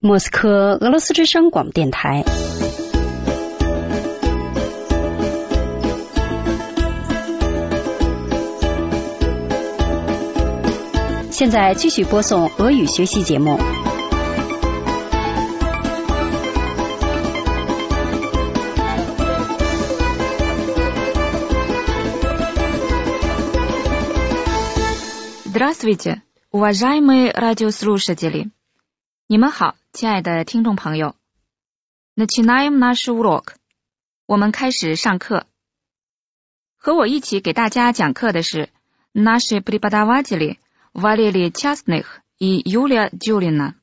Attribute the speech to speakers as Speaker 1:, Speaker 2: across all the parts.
Speaker 1: 莫斯科，俄罗斯之声广播电台。现在继续播送俄语学习节目。
Speaker 2: Здравствуйте, уважаемые радиослушатели！你们好，亲爱的听众朋友。Начинаем наш урок。我们开始上课。和我一起给大家讲课的是 наши преподаватели Валерий Частных и Юлия Дюлина。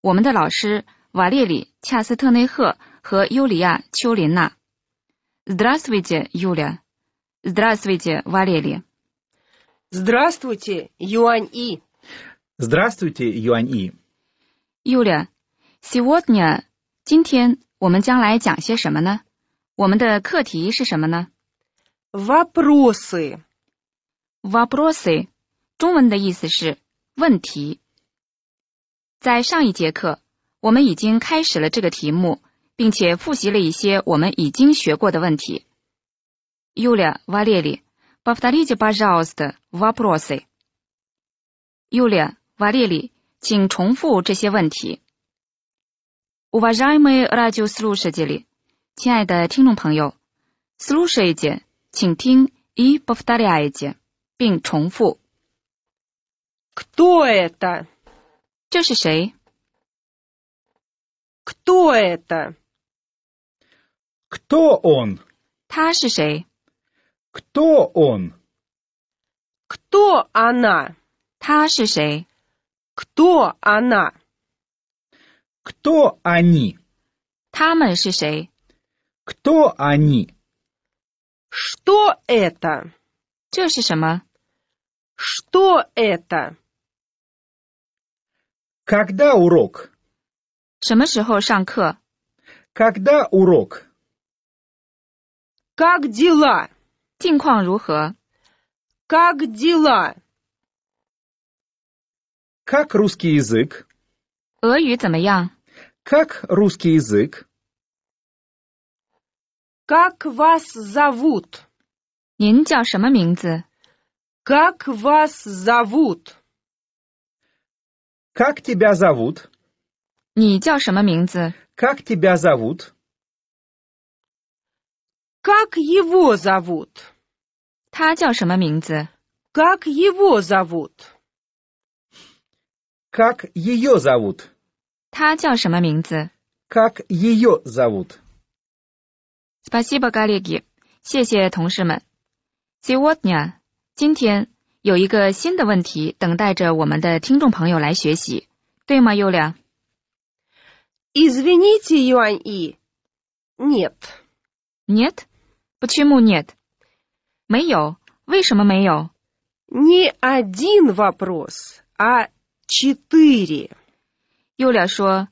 Speaker 2: 我们的老师瓦列里·恰斯特内赫和尤里亚·丘林娜。Здравствуйте, Юлия. Здравствуйте, Валерий.
Speaker 3: Здравствуйте, Юань И.
Speaker 4: Здравствуйте, Юань И.
Speaker 2: Юля, сегодня 今天我们将来讲些什么呢？我们的课题是什么呢
Speaker 3: Вопросы.
Speaker 2: ？Вопросы，中文的意思是问题。在上一节课，我们已经开始了这个题目，并且复习了一些我们已经学过的问题。Юля, Валерий, повторите, пожалуйста, вопросы. Юля, Валерий, 请重复这些问题。Уважаемые радиослушатели，亲爱的听众朋友，слушайте，请听，и повторяйте，并重复。
Speaker 3: Кто это?
Speaker 2: 这是谁？
Speaker 3: Кто это?
Speaker 4: Кто он?
Speaker 2: 他是谁？
Speaker 4: Кто он?
Speaker 3: Кто она?
Speaker 2: 他是谁？
Speaker 3: Кто она?
Speaker 4: Кто они?
Speaker 2: 他们是谁？
Speaker 4: Кто они?
Speaker 3: Что это?
Speaker 2: 这是什么？
Speaker 3: Что это?
Speaker 4: Когда урок?
Speaker 2: 什么时候上课？
Speaker 4: Когда урок?
Speaker 3: Как дела?
Speaker 2: 近况如何？
Speaker 3: Как дела?
Speaker 4: Как русский язык?
Speaker 2: 俄语怎么样？
Speaker 4: Как русский язык?
Speaker 3: Как вас зовут?
Speaker 2: 您叫什么名字？
Speaker 3: Как вас зовут?
Speaker 4: Как тебя зовут?
Speaker 2: 你叫什么名字？
Speaker 4: Как тебя зовут?
Speaker 3: Как его зовут?
Speaker 2: 他叫什么名字？
Speaker 3: Как его зовут?
Speaker 4: Как ее зовут?
Speaker 2: 他叫什么名字？
Speaker 4: Как ее зовут?
Speaker 2: Спасибо, коллеги，谢谢同事们。Сегодня，今天有一个新的问题等待着我们的听众朋友来学习，对吗，优良？
Speaker 3: Извините, Юань И. Нет.
Speaker 2: Нет，почему нет？没有，为什么没有？
Speaker 3: Не один вопрос, а четыре.
Speaker 2: 优良说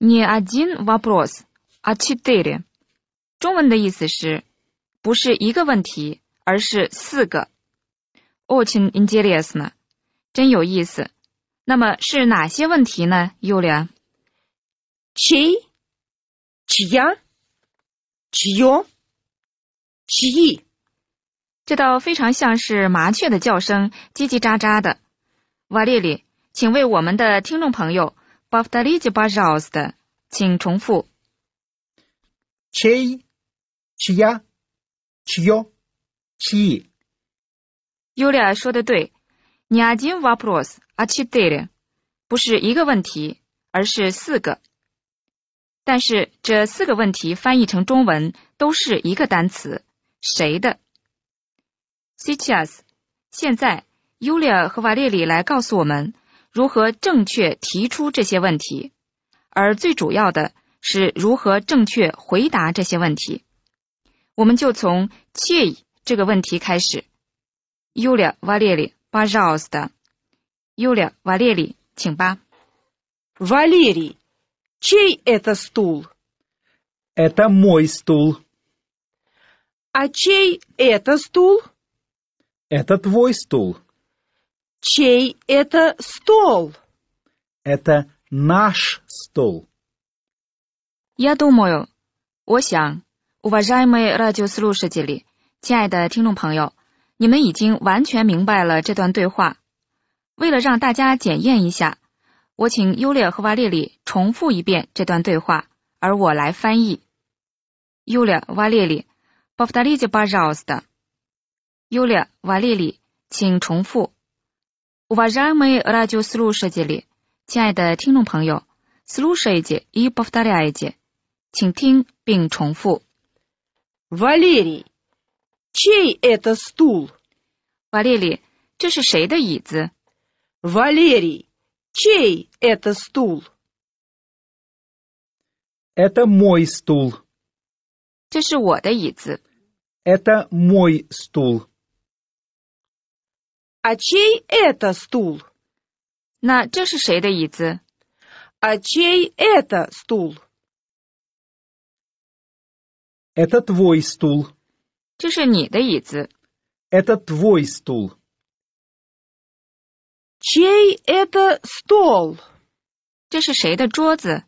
Speaker 2: ：“Не один вопрос, а четыре。”中文的意思是，不是一个问题，而是四个。Очень интересно，真有意思。那么是哪些问题呢，优良？
Speaker 3: Чей? Чья? Чье? Чьи?
Speaker 2: 这倒非常像是麻雀的叫声，叽叽喳喳的。瓦列里，请为我们的听众朋友 b a f t a l i j b a z h a s 的，请重复
Speaker 4: Чей? Чья? Чье? Чьи?
Speaker 2: Yulia 说的对 n i один вопрос, а четыре，不是一个问题，而是四个。但是这四个问题翻译成中文都是一个单词，谁的？Сейчас，现在，Yulia 和瓦列里来告诉我们如何正确提出这些问题，而最主要的是如何正确回答这些问题。我们就从 “чей” 这个问题开始。Юля, Валерий, пожалуйста. Юля, Валерий, 请吧。
Speaker 3: Валерий, чей это стул?
Speaker 4: Это мой стул.
Speaker 3: А чей это стул?
Speaker 4: Это твой стул.
Speaker 3: Чей это стол?
Speaker 4: Это наш стол.
Speaker 2: Я думаю，我想，уважаемые радиослушатели，亲爱的听众朋友，你们已经完全明白了这段对话。为了让大家检验一下，我请优列和瓦列里重复一遍这段对话，而我来翻译。Юля, Валерий, повторите, пожалуйста. Юля, Валерий, 请重复。Уважаемые радиослушатели，亲爱的听众朋友，слушайте и повторяйте，请听并重复。
Speaker 3: Валерий, чей это стул?
Speaker 2: 瓦列里，这是谁的椅子？
Speaker 3: Валерий, чей это стул?
Speaker 4: Это мой стул.
Speaker 2: 这是我的椅子。
Speaker 4: Это мой стул.
Speaker 3: А чей это стул?
Speaker 2: 那这是谁的椅子？
Speaker 3: А чей это стул?
Speaker 4: Это твой стул.
Speaker 2: 这是你的椅子。
Speaker 4: Это твой стул.
Speaker 3: Чей это стол?
Speaker 2: 这是谁的桌子？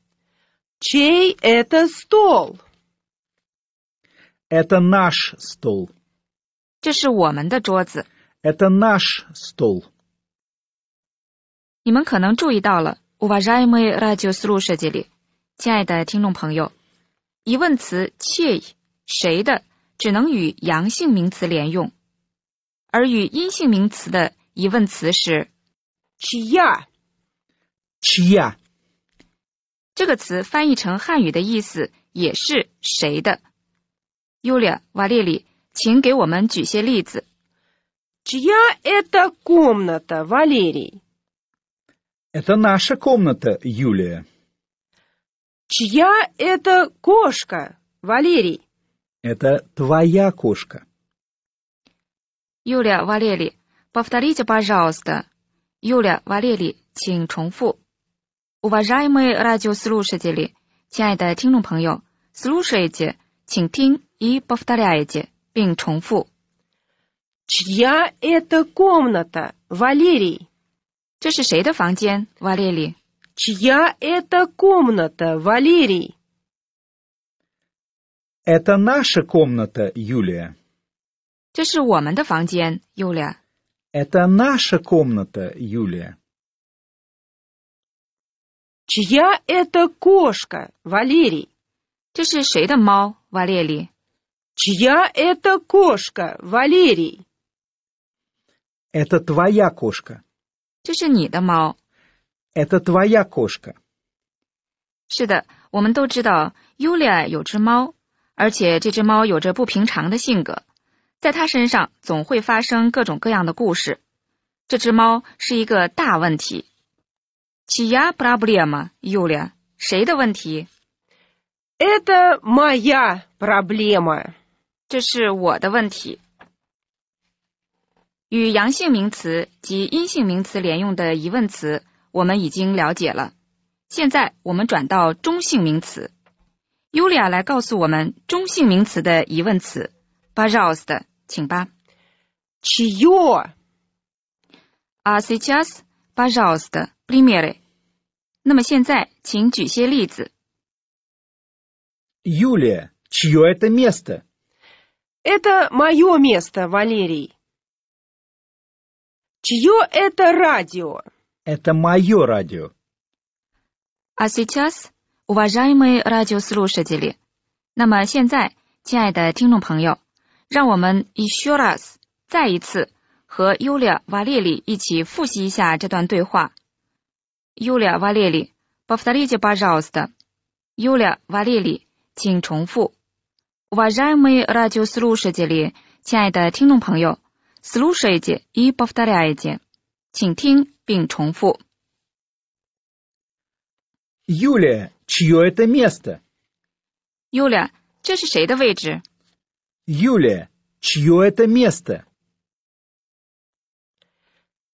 Speaker 3: Чей это стол?
Speaker 4: Это наш стол.
Speaker 2: 这是我们的桌子。
Speaker 4: Это наш стол.
Speaker 2: 你们可能注意到了 u v a ž a j m y r a d i o s l u s h a t e l 亲爱的听众朋友，疑问词 чей 谁的只能与阳性名词连用，而与阴性名词的疑问词是
Speaker 3: Чья?
Speaker 4: Чья?
Speaker 2: 这个词翻译成汉语的意思也是谁的。Yulia 瓦列里，请给我们举些例子。
Speaker 3: Чья это комната, Валерий?
Speaker 4: Это наша комната, Юлия.
Speaker 3: Чья это кошка, Валерий?
Speaker 4: Это твоя кошка.
Speaker 2: Yulia 瓦列里，повторите, пожалуйста。Yulia 瓦列里，请重复。Уважаемые радиослушатели，亲爱的听众朋友，слушайте，请听 и повторяйте，并重复。
Speaker 3: Чья это комната, Валерий?
Speaker 2: 这是谁的房间？瓦列里，
Speaker 3: Чья это комната, Валерий?
Speaker 4: Это наша комната, Юлия.
Speaker 2: 这是我们的房间。Yulia，
Speaker 4: Это наша комната, Юлия.
Speaker 3: Чья это кошка, Валерий?
Speaker 2: 这是谁的猫？瓦列里，
Speaker 3: Чья это кошка, Валерий?
Speaker 4: Это твоя кошка.
Speaker 2: 这是你的猫。
Speaker 4: Это твоя кошка.
Speaker 2: 是的，我们都知道 Yulia 有只猫，而且这只猫有着不平常的性格，在它身上总会发生各种各样的故事。这只猫是一个大问题。Чья проблема, Юлия？谁的问题？
Speaker 3: Это моя проблема.
Speaker 2: 这是我的问题。与阳性名词及阴性名词连用的疑问词，我们已经了解了。现在我们转到中性名词。Yulia 来告诉我们中性名词的疑问词。b a j o s 的，请吧。
Speaker 3: Чье?
Speaker 2: А сейчас, пожалуйста, примеры。那么现在，请举些例子。
Speaker 4: Юлия, чье это место?
Speaker 3: Это мое место, Валерий. Чье это радио?
Speaker 4: Это мое радио.
Speaker 2: А сейчас, уважаемые радиослушатели，那么现在，亲爱的听众朋友，让我们 еще раз 再一次和 Yulia 瓦列里一起复习一下这段对话。Yulia 瓦列里，повторите, пожалуйста。Yulia 瓦列里，请重复。Уважаемые радиослушатели，亲爱的听众朋友，слушайте и повторяйте，请听并重复。
Speaker 4: Юлия, чье это место?
Speaker 2: Yulia，这是谁的位置？
Speaker 4: Юлия, чье это место?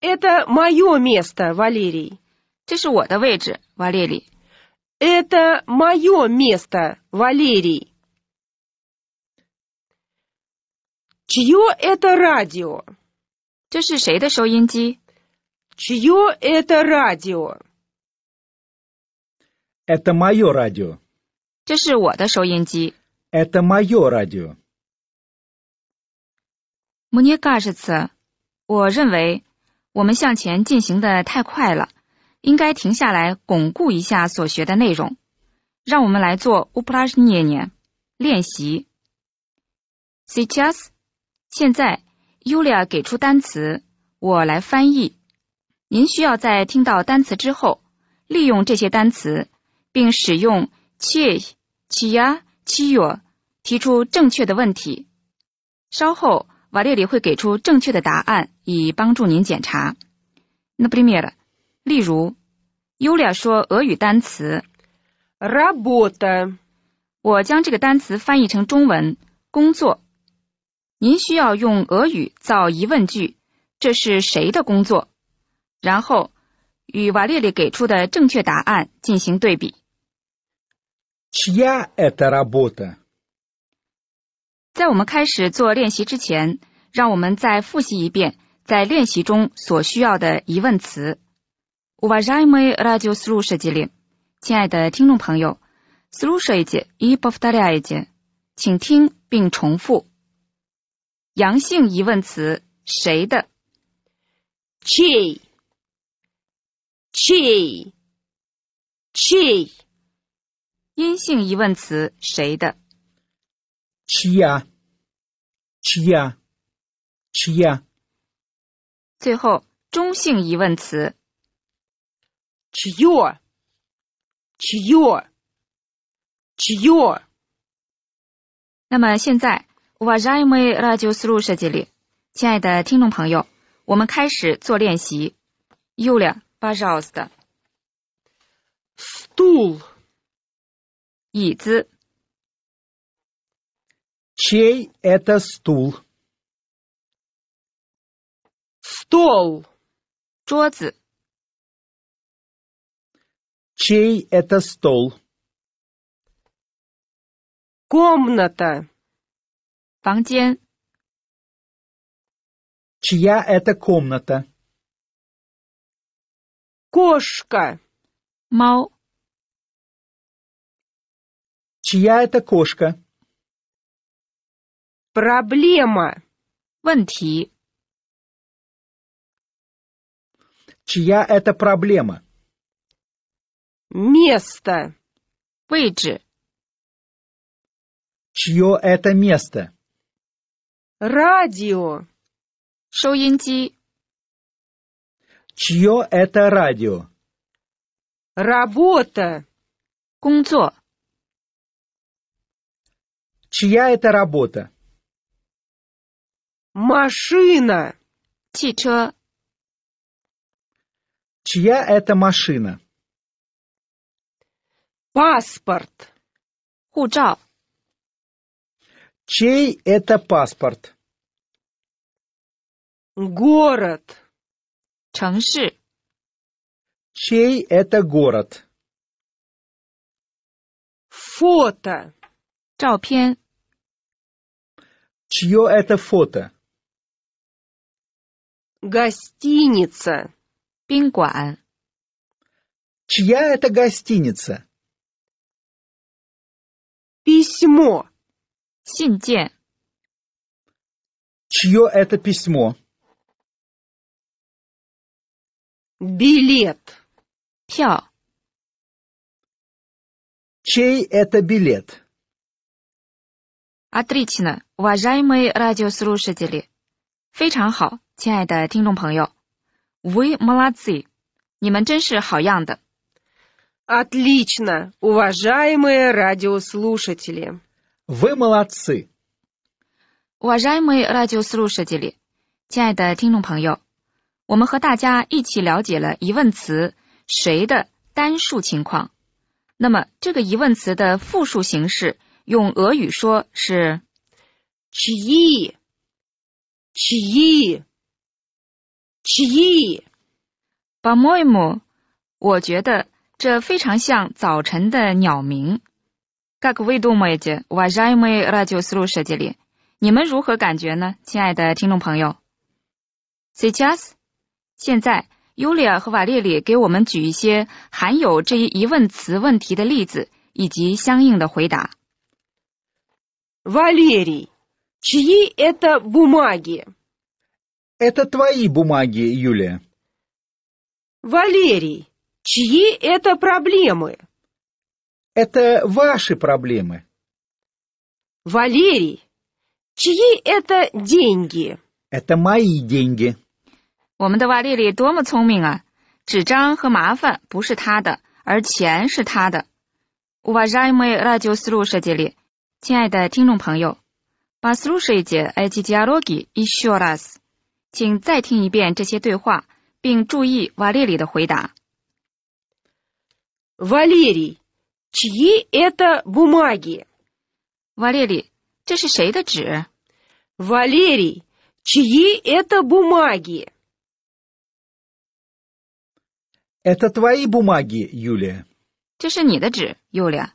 Speaker 3: Это мое место, Валерий.
Speaker 2: 这是我的位置，瓦列里。
Speaker 3: Это мое место, Валерий. Чье это радио?
Speaker 2: 这是谁的收音机？
Speaker 3: Чье это радио?
Speaker 4: Это мое радио.
Speaker 2: 这是我的收音机。
Speaker 4: Это мое радио.
Speaker 2: Мне кажется，我认为我们向前进行的太快了，应该停下来巩固一下所学的内容。让我们来做 упражнение 练习。Сейчас 现在，Yulia 给出单词，我来翻译。您需要在听到单词之后，利用这些单词，并使用 che、chia、chio 提出正确的问题。稍后，瓦列里会给出正确的答案，以帮助您检查。Например，例如，Yulia 说俄语单词，
Speaker 3: Работа.
Speaker 2: 我将这个单词翻译成中文“工作”。您需要用俄语造疑问句：“这是谁的工作？”然后与瓦列里给出的正确答案进行对比。
Speaker 4: Чья это работа?
Speaker 2: 在我们开始做练习之前，让我们再复习一遍在练习中所需要的疑问词。Уважаемые радиослушатели，亲爱的听众朋友，слушайте и повторяйте，请听并重复。阳性疑问词：谁的？
Speaker 3: Чей? Чей? Чей?
Speaker 2: 阴性疑问词：谁的？
Speaker 4: Чья? Чья? Чья?
Speaker 2: 最后，中性疑问词：
Speaker 3: Чье? Чье? Чье?
Speaker 2: 那么现在，Уважаемые радиослушатели，亲爱的听众朋友，我们开始做练习。Юля, пожалуйста，
Speaker 3: Стул.
Speaker 2: 椅子，
Speaker 4: Чей это стул?
Speaker 3: Стол.
Speaker 2: 桌子，
Speaker 4: Чей это стол?
Speaker 3: Комната.
Speaker 2: 房间，
Speaker 4: Чья это комната?
Speaker 3: Кошка.
Speaker 2: 猫，
Speaker 4: Чья это кошка?
Speaker 3: Проблема.
Speaker 2: 问题，
Speaker 4: Чья это проблема?
Speaker 3: Место.
Speaker 2: 位置，
Speaker 4: Чье это место?
Speaker 3: Радио.
Speaker 2: 收音机，
Speaker 4: Чье это радио?
Speaker 3: Работа.
Speaker 2: 工作，
Speaker 4: Чья это работа?
Speaker 3: Машина.
Speaker 2: 汽车，
Speaker 4: Чья это машина?
Speaker 3: Паспорт.
Speaker 2: 护照，
Speaker 4: Чей это паспорт?
Speaker 3: Город.
Speaker 2: 城市，
Speaker 4: Чей это город?
Speaker 3: Фото.
Speaker 2: 照片，
Speaker 4: Чье это фото?
Speaker 3: Гостиница.
Speaker 2: 宾馆，
Speaker 4: Чья это гостиница?
Speaker 3: Письмо.
Speaker 2: 信件，
Speaker 4: Чье это письмо?
Speaker 3: Билет.
Speaker 2: 票，
Speaker 4: Чей это билет?
Speaker 2: Отлично, уважаемые радиослушатели，非常好，亲爱的听众朋友，Вы молодцы，你们真是好样的。
Speaker 3: Отлично, уважаемые радиослушатели.
Speaker 4: Вы молодцы.
Speaker 2: Уважаемые радиослушатели，亲爱的听众朋友，我们和大家一起了解了疑问词“谁的”单数情况。那么，这个疑问词的复数形式用俄语说是
Speaker 3: Чьи? Чьи? Чьи?
Speaker 2: b a m o m 我觉得这非常像早晨的鸟鸣。Как вы думаете, уважаемые радиослушатели？你们如何感觉呢，亲爱的听众朋友？Сейчас，现在尤利亚和瓦列里给我们举一些含有这一疑问词问题的例子以及相应的回答。
Speaker 3: Валерий, чьи это бумаги?
Speaker 4: Это твои бумаги, Юлия.
Speaker 3: Валерий, чьи это проблемы?
Speaker 4: Это ваши проблемы.
Speaker 3: Валерий, чьи это деньги?
Speaker 4: Это мои деньги.
Speaker 2: 我们的瓦列里多么聪明啊！纸张和麻烦不是他的，而钱是他的。Уважаемые радиослушатели，亲爱的听众朋友，послушайте эти диалоги еще раз，请再听一遍这些对话，并注意瓦列里的回答。
Speaker 3: Валерий, чьи это бумаги?
Speaker 2: 瓦列里，这是谁的纸？
Speaker 3: Валерий, чьи это бумаги?
Speaker 4: Это твои бумаги, Юлия.
Speaker 2: 这是你的纸，尤利亚。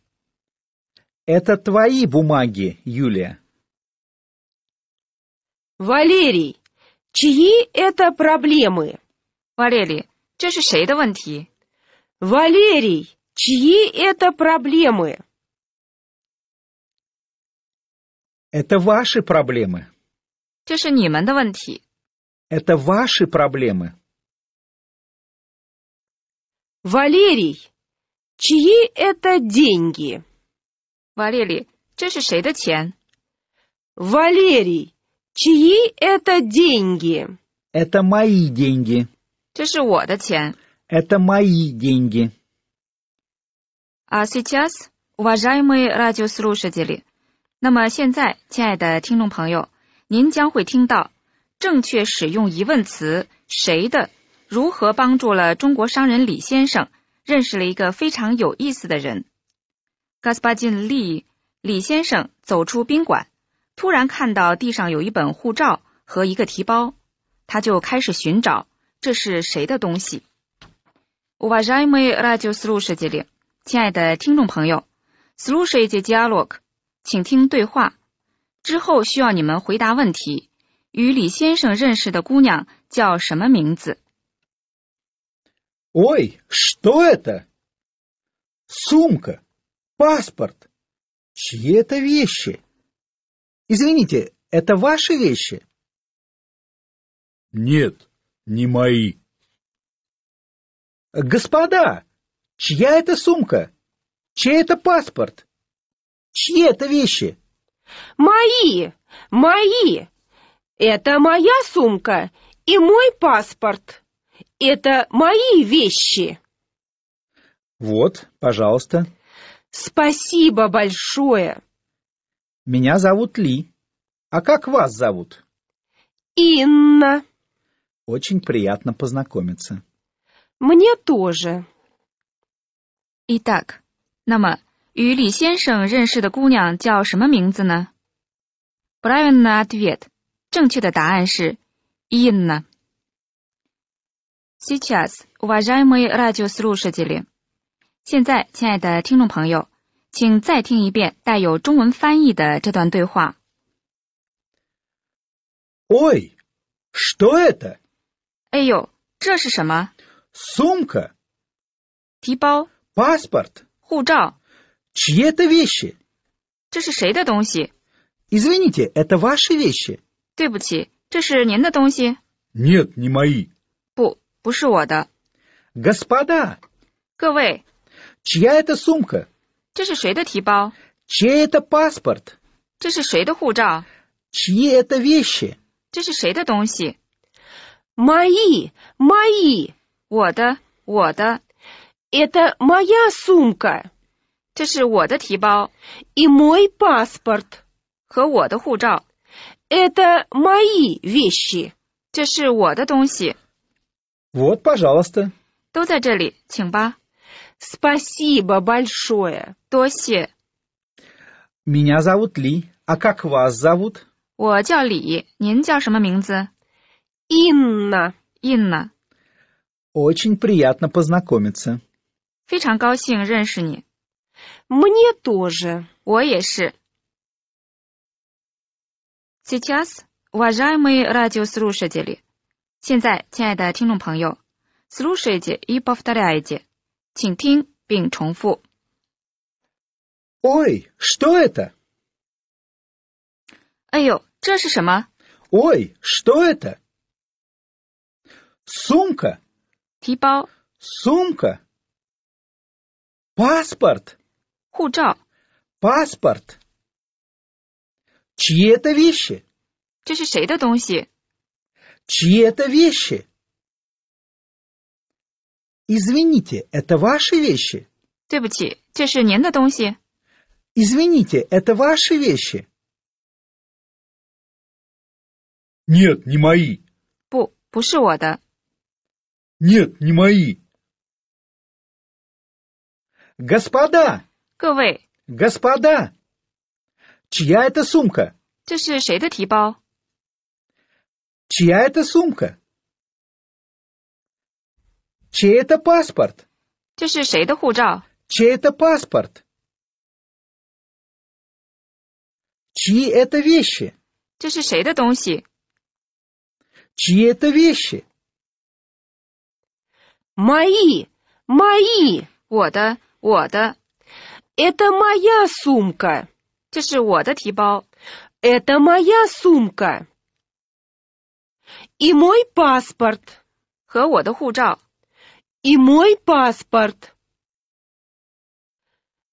Speaker 4: Это твои бумаги, Юлия.
Speaker 3: Валерий, чьи это проблемы?
Speaker 2: 瓦列里，这是谁的问题？
Speaker 3: Валерий, чьи это проблемы?
Speaker 4: Это ваши проблемы.
Speaker 2: 这是你们的问题。
Speaker 4: Это ваши проблемы.
Speaker 3: Валерий, чьи это деньги?
Speaker 2: 瓦列里，这是谁的钱？
Speaker 3: Валерий, чьи это деньги?
Speaker 4: Это мои деньги.
Speaker 2: 这是我的钱。
Speaker 4: Это мои деньги.
Speaker 2: А сейчас, уважаемые радиослушатели，那么现在，亲爱的听众朋友，您将会听到正确使用疑问词“谁的”如何帮助了中国商人李先生认识了一个非常有意思的人。g a s p a r i n 利李先生走出宾馆，突然看到地上有一本护照和一个提包，他就开始寻找这是谁的东西。Уважаемые радиослушатели，亲爱的听众朋友，слушайте диалог，请听对话。之后需要你们回答问题。与李先生认识的姑娘叫什么名字？
Speaker 4: Ой, что это? Сумка, паспорт. Чьи это вещи? Извините, это ваши вещи?
Speaker 5: Нет, не мои.
Speaker 4: Господа, чья это сумка? Чей это паспорт? Чьи это вещи?
Speaker 3: Мои, мои. Это моя сумка и мой паспорт. Это мои вещи.
Speaker 4: Вот, пожалуйста.
Speaker 3: Спасибо большое.
Speaker 4: Меня зовут Ли. А как вас зовут?
Speaker 3: Инна,
Speaker 4: Очень приятно познакомиться.
Speaker 3: мне тоже.
Speaker 2: Итак，那，E 么与李先生认识的姑娘叫什么名字呢？Правильный ответ，正确的答案是 Инна。Сейчас, уважаемые радиослушатели，现在，亲爱的听众朋友，请再听一遍带有中文翻译的这段对话。
Speaker 4: Ой, что это?
Speaker 2: 哎呦，这是什么？
Speaker 4: Сумка,
Speaker 2: 提包、
Speaker 4: паспорт.
Speaker 2: 护照，
Speaker 4: Чьи это вещи?
Speaker 2: 这是谁的东西？
Speaker 4: Извините, это ваши вещи?
Speaker 2: 对不起，这是您的东西？
Speaker 5: Нет, не мои.
Speaker 2: 不，不是我的。
Speaker 4: Господа,
Speaker 2: 各位，
Speaker 4: чья это сумка?
Speaker 2: 这是谁的提包？
Speaker 4: Чей это паспорт?
Speaker 2: 这是谁的护照？
Speaker 4: Чьи это вещи?
Speaker 2: 这是谁的东西？
Speaker 3: Мои, мои.
Speaker 2: 我的，我的，
Speaker 3: Это моя сумка
Speaker 2: 这是我的提包
Speaker 3: и мой паспорт.
Speaker 2: 和我的护照，
Speaker 3: Это мои вещи.
Speaker 2: 这是我的东西，
Speaker 4: Вот, пожалуйста.
Speaker 2: 都在这里，请吧。
Speaker 3: Спасибо большое.
Speaker 2: 多谢，
Speaker 4: Меня зовут Ли. А как вас зовут?
Speaker 2: 我叫李，您叫什么名字？
Speaker 3: Инна,
Speaker 2: 印呢？
Speaker 4: Очень приятно познакомиться.
Speaker 2: 非常高兴认识你，
Speaker 3: мне тоже.
Speaker 2: 我也是。Сейчас, уважаемые радиослушатели，现在，亲爱的听众朋友， Слушайте и повторяйте. 请听并重复。
Speaker 4: Ой, что это?
Speaker 2: 哎呦，这是什么？
Speaker 4: Ой, что это? Сумка,
Speaker 2: 提包、
Speaker 4: сумка. Паспорт,
Speaker 2: 护照，
Speaker 4: паспорт. Чьи это вещи?
Speaker 2: 这是谁的东西？
Speaker 4: Чьи это вещи? Извините, это ваши вещи?
Speaker 2: 对不起，这是您的东西。
Speaker 4: Извините, это ваши вещи?
Speaker 5: Нет, не мои.
Speaker 2: 不，不是我的。
Speaker 5: Нет, не мои.
Speaker 4: Господа,
Speaker 2: 各位，
Speaker 4: господа! Чья это сумка?
Speaker 2: 这是谁的提包？
Speaker 4: Чья это сумка? Чей это паспорт?
Speaker 2: 这是谁的护照？
Speaker 4: Чей это паспорт? Чьи это вещи?
Speaker 2: 这是谁的东西？
Speaker 4: Чьи это вещи?
Speaker 3: Мои, мои.
Speaker 2: 我的，我的，
Speaker 3: Это моя сумка.
Speaker 2: 这是我的提包，
Speaker 3: Это моя сумка. И мой паспорт.
Speaker 2: 和我的护照，
Speaker 3: И мой паспорт.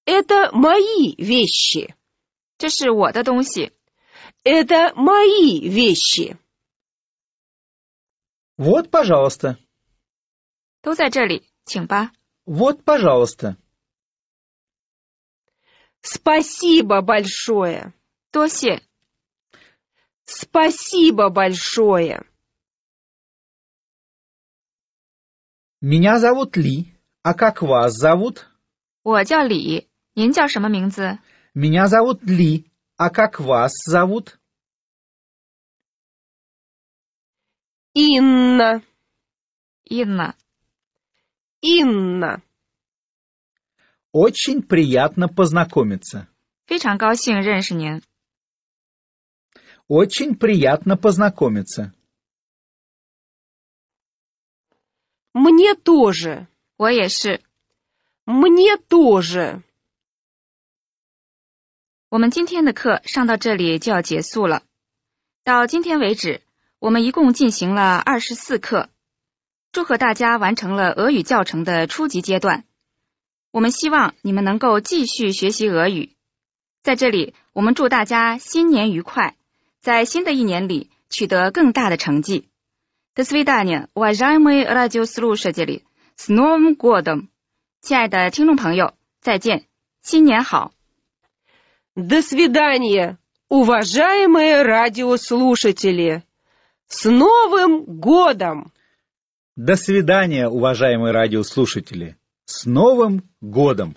Speaker 3: Это мои вещи.
Speaker 2: 这是我的东西。
Speaker 3: Это мои вещи.
Speaker 4: Вот, пожалуйста.
Speaker 2: 都在这里，请吧。
Speaker 4: Вот, пожалуйста.
Speaker 3: Спасибо большое.
Speaker 2: 多谢，
Speaker 3: Спасибо большое.
Speaker 4: Меня зовут Ли. А как вас зовут?
Speaker 2: 我叫李，您叫什么名字？
Speaker 4: Меня зовут Ли. А как вас зовут?
Speaker 3: Инна,
Speaker 2: 伊娜，
Speaker 3: Инна.
Speaker 4: Очень приятно познакомиться.
Speaker 2: 非常高兴认识您。
Speaker 4: Очень приятно познакомиться.
Speaker 3: Мне тоже.
Speaker 2: 我也是。
Speaker 3: Мне тоже.
Speaker 2: 我们今天的课上到这里就要结束了。到今天为止，我们一共进行了二十四课。祝贺大家完成了俄语教程的初级阶段。我们希望你们能够继续学习俄语。在这里，我们祝大家新年愉快，在新的一年里取得更大的成绩。До свидания, уважаемые радиослушатели, с Новым годом！亲爱的听众朋友，再见，新年好！
Speaker 3: До свидания, уважаемые радиослушатели. С Новым годом!
Speaker 4: До свидания, уважаемые радиослушатели. С Новым годом!